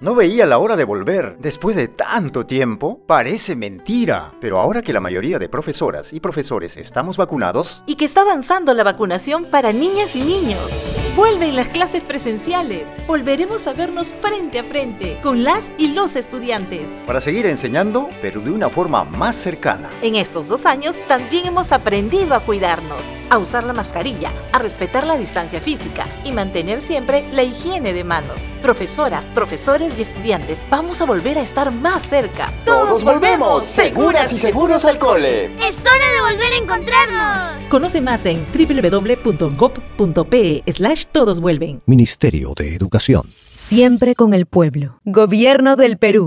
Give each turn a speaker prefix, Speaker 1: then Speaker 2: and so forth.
Speaker 1: No veía la hora de volver. Después de tanto tiempo, parece mentira. Pero ahora que la mayoría de profesoras y profesores estamos vacunados,
Speaker 2: y que está avanzando la vacunación para niñas y niños. Vuelven las clases presenciales. Volveremos a vernos frente a frente con las y los estudiantes.
Speaker 1: para seguir enseñando, pero de una forma más cercana.
Speaker 2: En estos dos años también hemos aprendido a cuidarnos, a usar la mascarilla, a respetar la distancia física y mantener siempre la higiene de manos. Profesoras, profesores y estudiantes, vamos a volver a estar más cerca.
Speaker 1: seguros al cole.
Speaker 3: ¡Es hora de volver a encontrarnos!
Speaker 2: Conoce más en www.gov.pe slash todos vuelven.
Speaker 4: Ministerio de Educación.
Speaker 5: Siempre con el pueblo. Gobierno del Perú.